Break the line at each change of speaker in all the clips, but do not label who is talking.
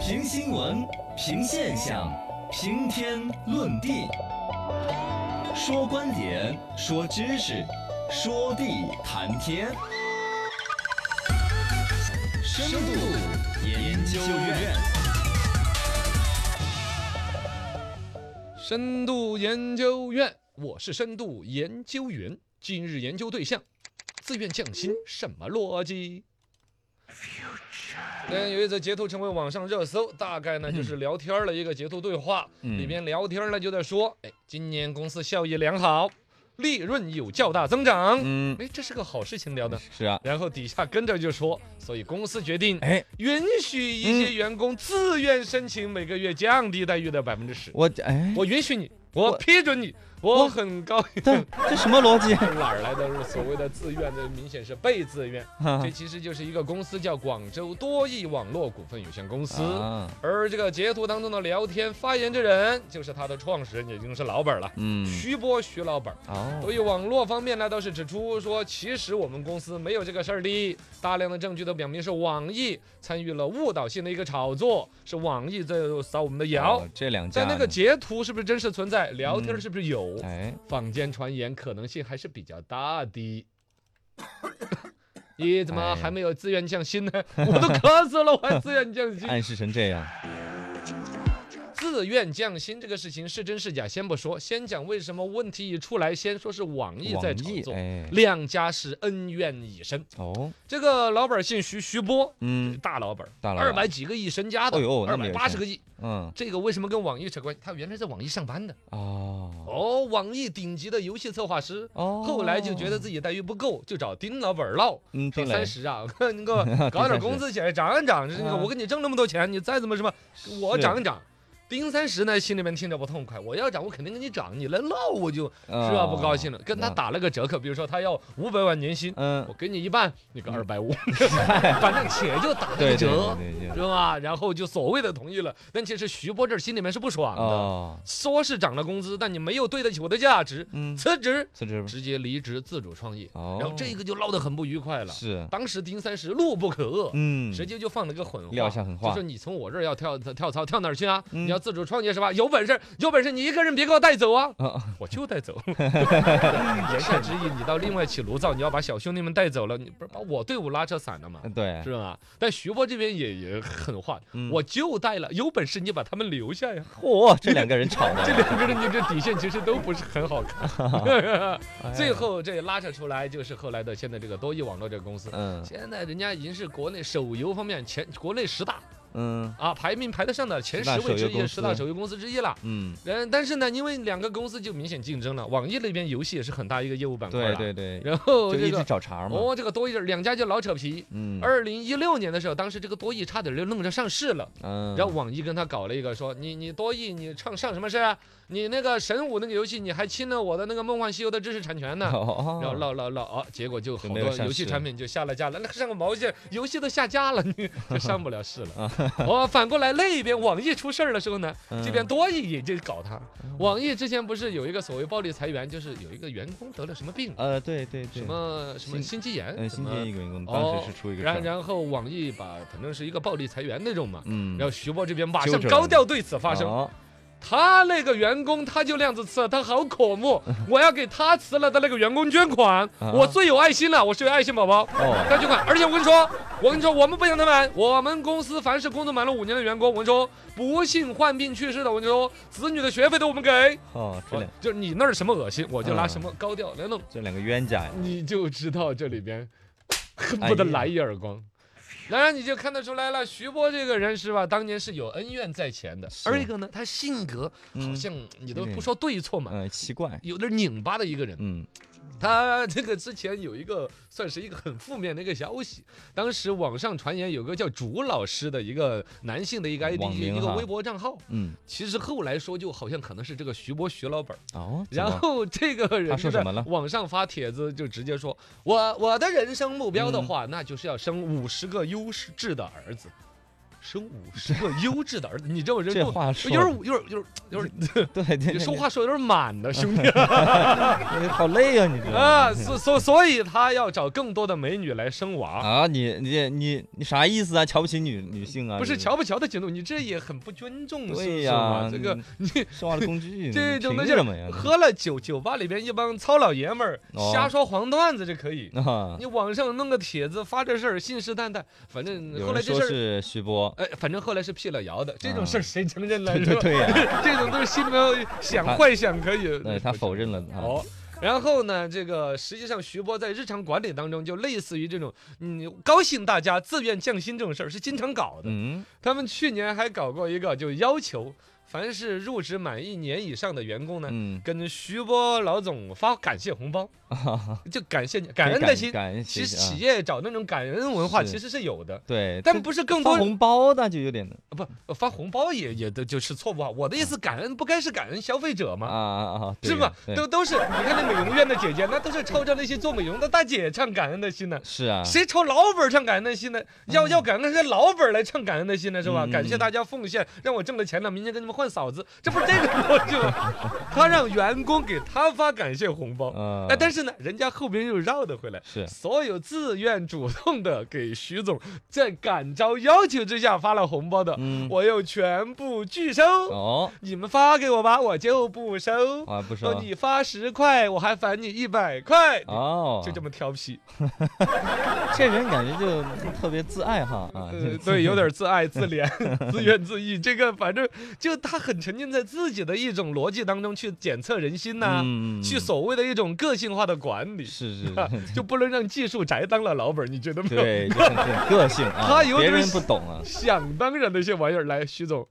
评新闻，评现象，评天论地，说观点，说知识，说地谈天。深度研究院，
深度研究院，我是深度研究员。今日研究对象，自愿降薪什么逻辑？嗯，有一则截图成为网上热搜，大概呢就是聊天儿的一个截图对话，里边聊天儿呢就在说，哎，今年公司效益良好，利润有较大增长，
嗯，
哎，这是个好事情聊的。
是啊，
然后底下跟着就说，所以公司决定
哎，
允许一些员工自愿申请每个月降低待遇的百分之十。
我哎，
我允许你，
我
我批准你，
我
我很高兴。
这这什么逻辑？
哪儿来的所谓的自愿？这明显是被自愿。
啊
这其实就是一个公司叫广州多益网络股份有限公司。
啊，
而这个截图当中的聊天发言之人，就是他的创始人，也就是老板了，
嗯，
徐波徐老板。
哦，
所以网络方面呢，倒是指出说，其实我们公司没有这个事儿的，大量的证据都表明是网易参与了误导性的一个炒作，是网易在扫我们的谣。
哦这两家
在
呢，
那个截图是不是真实存在？聊天
嗯
是不是有？
哎，
坊间传言可能性还是比较大 的。你怎么还没有自愿降薪呢？
哎
我都咳嗽了，我还自愿降薪？
暗示成这样，
自愿降薪这个事情是真是假，先不说，先讲为什么问题一出来，先说是网易
网
在炒
易
作，
哎，
两家是恩怨已深。
哦，
这个老板姓徐，徐波，
嗯
大老板，
大老板
二百几个亿身家的，
哦呦那
二
么
百
有
八十
钱
个亿。
嗯，
这个为什么跟网易扯关系？他原来在网易上班的，
哦，
哦，网易顶级的游戏策划师，
哦，
后来就觉得自己待遇不够，就找丁老板儿唠。
嗯，丁
说
磊
三 十啊，你给我搞点工资起来涨一涨。这个
啊
我给你挣那么多钱，你再怎么什么，我
是
涨一涨。丁三十呢，心里面听着不痛快，我要涨我肯定给你涨，你来闹我就是吧不高兴
啊
了，跟他，打了个折扣，比如说他要五百万年薪，
嗯
我，给你一半，你个二 百五，反正且就打了
对对
个折，
对对
是吧？然后就所谓的同意了，但其实徐波这儿心里面是不爽的，
哦，
说是涨了工资，但你没有对得起我的价值，
嗯，
辞职，
辞职吧，
直接离职自主创业。
哦，
然后这个就闹得很不愉快了。
是，
当时丁三十怒不可遏，
嗯，
直接就放了个狠话，
撂下狠话
就说你从我这儿要跳跳槽跳哪儿去啊？
嗯
你要自主创业是吧？有本事有本事你一个人别给我带走啊！
啊
我就 带走。 言下之意，你到另外起炉灶，你要把小兄弟们带走了，你不是把我队伍拉扯散了吗？
嗯对，
是吧？但徐波这边也也狠话，
嗯
我就带了，有本事你把他们留下呀！
嚯，这两个人吵
这
的，
两个人，你这底线其实都不是很好
哎
看。最后这拉扯出来就是后来的现在这个多益网络这个公司，
嗯
现在人家已经是国内手游方面前国内十大
嗯
啊排名排得上的前
十大
十位
手游
之
公
一，
司
十大手游公司之一了。
嗯，
嗯，但是呢，因为两个公司就明显竞争了，网易那边游戏也是很大一个业务板块
对
了。
对对，
然后
就一
这
直
个
找茬嘛，
哦，这个多益两家就老扯皮。
嗯，
二零一六年的时候，当时这个多益差点就弄着上市了，
嗯，
然后网易跟他搞了一个说，你你多益你上上什么事啊？你那个神武那个游戏，你还侵了我的那个梦幻西游的知识产权呢。
哦，
然后唠唠唠啊，结果就好
没
多
有上
游戏
市
产品就下了架了，那上个毛线，游戏都下架了，你就上不了市了。哦，反过来那边网易出事儿的时候呢，
嗯
这边多益也就搞他。网易之前不是有一个所谓暴力裁员，就是有一个员工得了什么病，
呃，对对对，
什么什么
心
心肌炎，
嗯，
什
新
么
建一个员工当
哦
时是出一个事
然
儿，
然后网易把反正是一个暴力裁员那种嘛。
嗯，
然后徐波这边马
揪
上
着
高
了
调对此发声，
哦
他那个员工他就那样子吃了，他好可恶！
嗯
我要给他辞了的那个员工捐款，我最有爱心了，我是有爱心宝宝。
啊哦，
他捐款，而且我跟你说，我跟你说，我们不养他们，我们公司凡是工作满了五年的员工，我跟你说，不幸患病去世的，我跟你说，子女的学费都我们给。
哦，这两
就是你那儿什么恶心，我就拿什么高调来弄，
这两个冤家呀，
你就知道这里边恨不
哎
得来一耳光。当然，你就看得出来了，徐波这个人是吧？当年是有恩怨在前的。
是
而一个呢，他性格好
嗯
像你都
有点
不说对错嘛，
嗯，奇怪，
有点拧巴的一个人。
嗯，
他这个之前有一个算是一个很负面的一个消息，当时网上传言有个叫竹老师的一个男性的一个 ID
网名
一个
哈
微博账号，
嗯，
其实后来说就好像可能是这个徐波徐老板儿，
哦，怎
然
么
后这个人
他说
就在
什么了
网上发帖子就直接说，
嗯
我我的人生目标的话，那就是要生五十个优质的儿子。生五十个优质的儿子，你这么人
这
够
话说
有点有点有点有点，
对对对，
你说话说有点满 的兄弟
你好累啊，你这
啊， 所所所以他要找更多的美女来生娃，
啊，你你你你啥意思啊？瞧不起女女性啊？
不是
这
瞧不瞧得起你这也很不尊重，是不
对
是
呀
嘛？，这个
你说话的工 具，你
这
凭
种东西
什么呀？
喝了酒，酒吧里边一帮糙老爷们儿
哦
瞎说黄段子就可以。
啊，
你网上弄个帖子发这事儿，信誓旦旦，反正
有
后来
人
这
说
事儿，
是徐 波，
哎，反正后来是辟了谣的。这种
啊
事儿谁承认了？
对
是
对
吧？
对 呀，
这种都是心里面想幻想可以。
对他否 认了啊，
哦。然后呢，这个实际上徐波在日常管理当中，就类似于这种，嗯，高兴大家自愿降薪这种事儿是经常搞的。
嗯，
他们去年还搞过一个，就要求凡是入职满一年以上的员工呢，
嗯，啊
跟徐波老总发感谢红包，就感谢你感恩的
感
心。
感恩
其
谢谢
实
啊
企业找那种感恩文化
是
其实是有的，
对，
但
这
不是更
发
多
红包那就有点
不呃发红包也也都就是错误啊。我的意思，感恩不该是感恩消费者
啊
吗？
啊啊，对
是吧？
对
都都是你看那美容院的姐姐，那都是抽着那些做美容的大姐唱感恩的心呢。
是啊，
谁抽老本儿唱感恩的心呢？要要感恩是老本儿来唱感恩的心呢，是吧？
嗯
感谢大家奉献，让我挣了钱了，明天给你们换嫂子，这不是这种逻辑吗？ 他让员工给他发感谢红包，
呃，
哎，但
是
是呢，人家后边又绕的回来，
是
所有自愿主动的给徐总在感召要求之下发了红包的，
嗯
我又全部拒收。
哦
你们发给我吧，我就不收。
啊不说
说你发十块，我还返你一百块，
哦，
就这么调 皮。
这人感觉就特别自爱哈啊，
呃，对，有点自爱、自 怜、自怨自艾。这个反正就他很沉浸在自己的一种逻辑当中去检测人心呐、
嗯
去啊所谓的一种个性化的管理，
是是是，
就不能让技术宅当了老板儿，你觉得没 有？
对，就很很个性啊，
他有
别
点
人不懂啊，
想当然的一些玩意儿，来，徐总，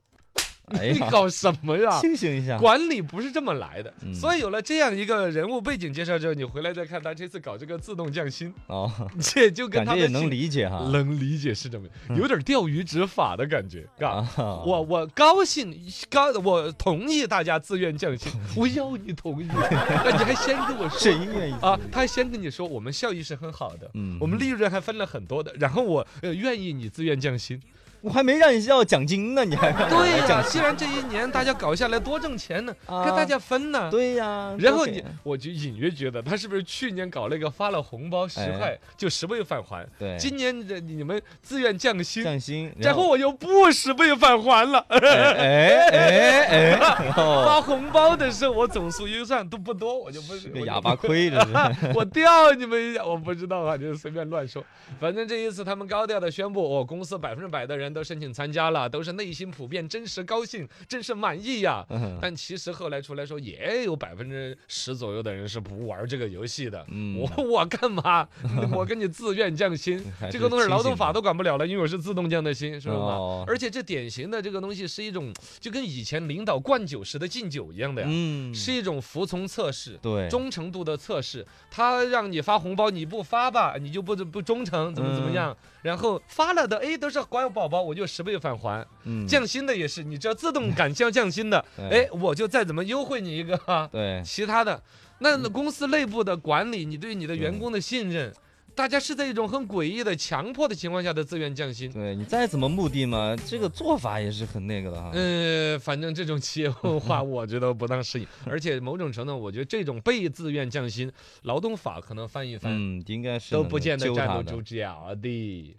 哎
你
呀，
搞什么呀？
清醒一下，
管理不是这么来的，
嗯
所以有了这样一个人物背景介绍之后，你回来再看他这次搞这个自动降薪，
哦，
这就
感
跟他
觉
的
也能
性
理解哈，
能理解是这么，有点钓鱼执法的感觉，啊。
啊，
我我高兴高，我同意大家自愿降薪，我要 你同意，哎你还先跟我说
谁愿 意
啊，他还先跟你说我们效益是很好的，
嗯
我们利润还分了很多的，然后我呃愿意你自愿降薪，
我还没让你要奖金呢，你还让我
对
来
呀、
奖
既然这一年大家搞下来多挣钱呢，
啊
跟大家分呢。
对呀，
然
都
后
给
你，我就隐约觉得他是不是去年搞了一个发了红包十
哎
块就十倍返还，
对
今年的你们自愿降薪，
降薪，
然后我又不十倍返还了。
哎哎哎哎，哦，
发红包的时候，我总数一算都不多，我就不
这
是
个哑巴亏这是，
我吊你们一下，我不知道啊，就是随便乱说。反正这一次他们高调的宣布，我、公司百分之百的人都申请参加了，都是内心普遍真实高兴，真是满意呀。
嗯
但其实后来出来说，也有百分之十左右的人是不玩这个游戏的。
嗯
我我干嘛？ 我跟你自愿降薪
还，
这
是
个东西
清
劳动
醒
法
的
都管不了了，因为我是自动降的薪，是不是嘛？
哦
而且这典型的这个东西是一种，就跟以前领导灌酒时的敬酒一样的呀，
嗯，
啊是一种服从测试。
对，
忠诚度的测试，他让你发红包，你不发吧，你就不不忠诚，怎么
嗯
怎么样？然后发了的，哎，都是乖宝宝，我就十倍返还。
嗯
降薪的也是，你只要 自动敢降降薪的，
对
哎，我就再怎么优惠你一个哈。
对，
其他的，那
嗯
公司内部的管理，你对你的员工的信任，大家是在一种很诡异的强迫的情况下的自愿降薪。
对你再怎么目的嘛，这个做法也是很那个的哈。嗯
呃，反正这种企业文 化，我觉得不当适应。而且某种程度，我觉得这种被自愿降薪，劳动法可能翻一翻，
嗯，应该是
都
能
不
够
见得
揪
站
他
得
的
住脚的。